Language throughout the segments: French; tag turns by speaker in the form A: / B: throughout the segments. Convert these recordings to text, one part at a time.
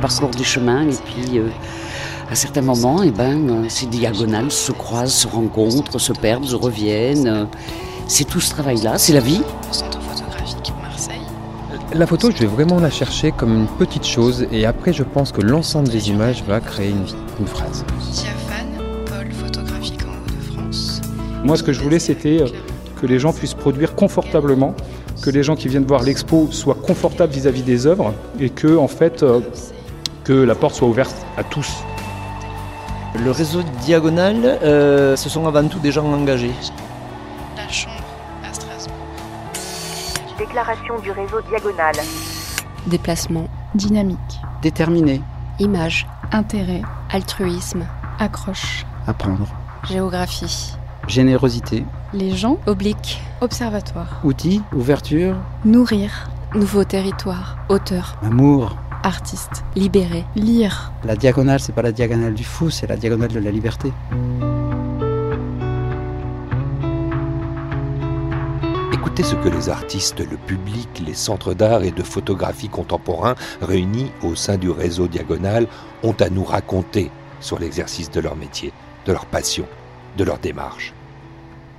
A: parcours du chemin. Et puis, euh, à certains moments, eh ben, euh, ces diagonales se croisent, se rencontrent, se perdent, se reviennent. euh, C'est tout ce travail-là, c'est la vie.
B: Au centre photographique Marseille.
C: La photo, je vais vraiment la chercher comme une petite chose et après, je pense que l'ensemble des images va créer une, une phrase.
B: Diaphane, pôle photographique en Hauts-de-France.
D: Moi, ce que je voulais, c'était euh, que les gens puissent produire confortablement, que les gens qui viennent voir l'expo soient confortables vis-à-vis des œuvres et que, en fait, euh, que la porte soit ouverte à tous.
E: Le réseau Diagonale, euh, ce sont avant tout des gens engagés.
B: La chambre à Strasbourg.
F: Déclaration du réseau Diagonale.
G: Déplacement,
H: Dynamique,
I: Déterminé,
G: image,
H: intérêt,
G: altruisme,
H: accroche.
I: apprendre,
G: géographie,
I: générosité,
H: Les gens,
G: oblique,
H: observatoire.
I: outils, ouverture,
H: Nourrir,
G: nouveau territoire, auteur,
I: amour.
H: artiste.
G: libéré,
H: Lire,
I: La diagonale, c'est pas la diagonale du fou, c'est la diagonale de la liberté.
J: Écoutez ce que les artistes, le public, les centres d'art et de photographie contemporains réunis au sein du réseau Diagonal ont à nous raconter sur l'exercice de leur métier, de leur passion, de leur démarche.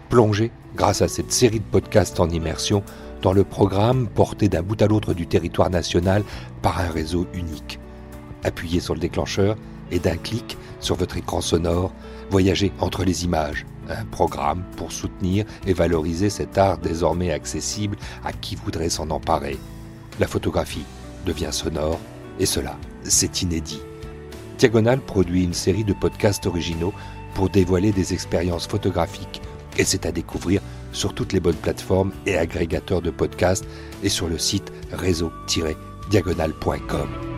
J: Plongez, grâce à cette série de podcasts en immersion, dans le programme porté d'un bout à l'autre du territoire national par un réseau unique. Appuyez sur le déclencheur et d'un clic sur votre écran sonore, voyagez entre les images, un programme pour soutenir et valoriser cet art désormais accessible à qui voudrait s'en emparer. La photographie devient sonore et cela, c'est inédit. Diagonal produit une série de podcasts originaux pour dévoiler des expériences photographiques et c'est à découvrir sur toutes les bonnes plateformes et agrégateurs de podcasts et sur le site réseau-diagonal.com.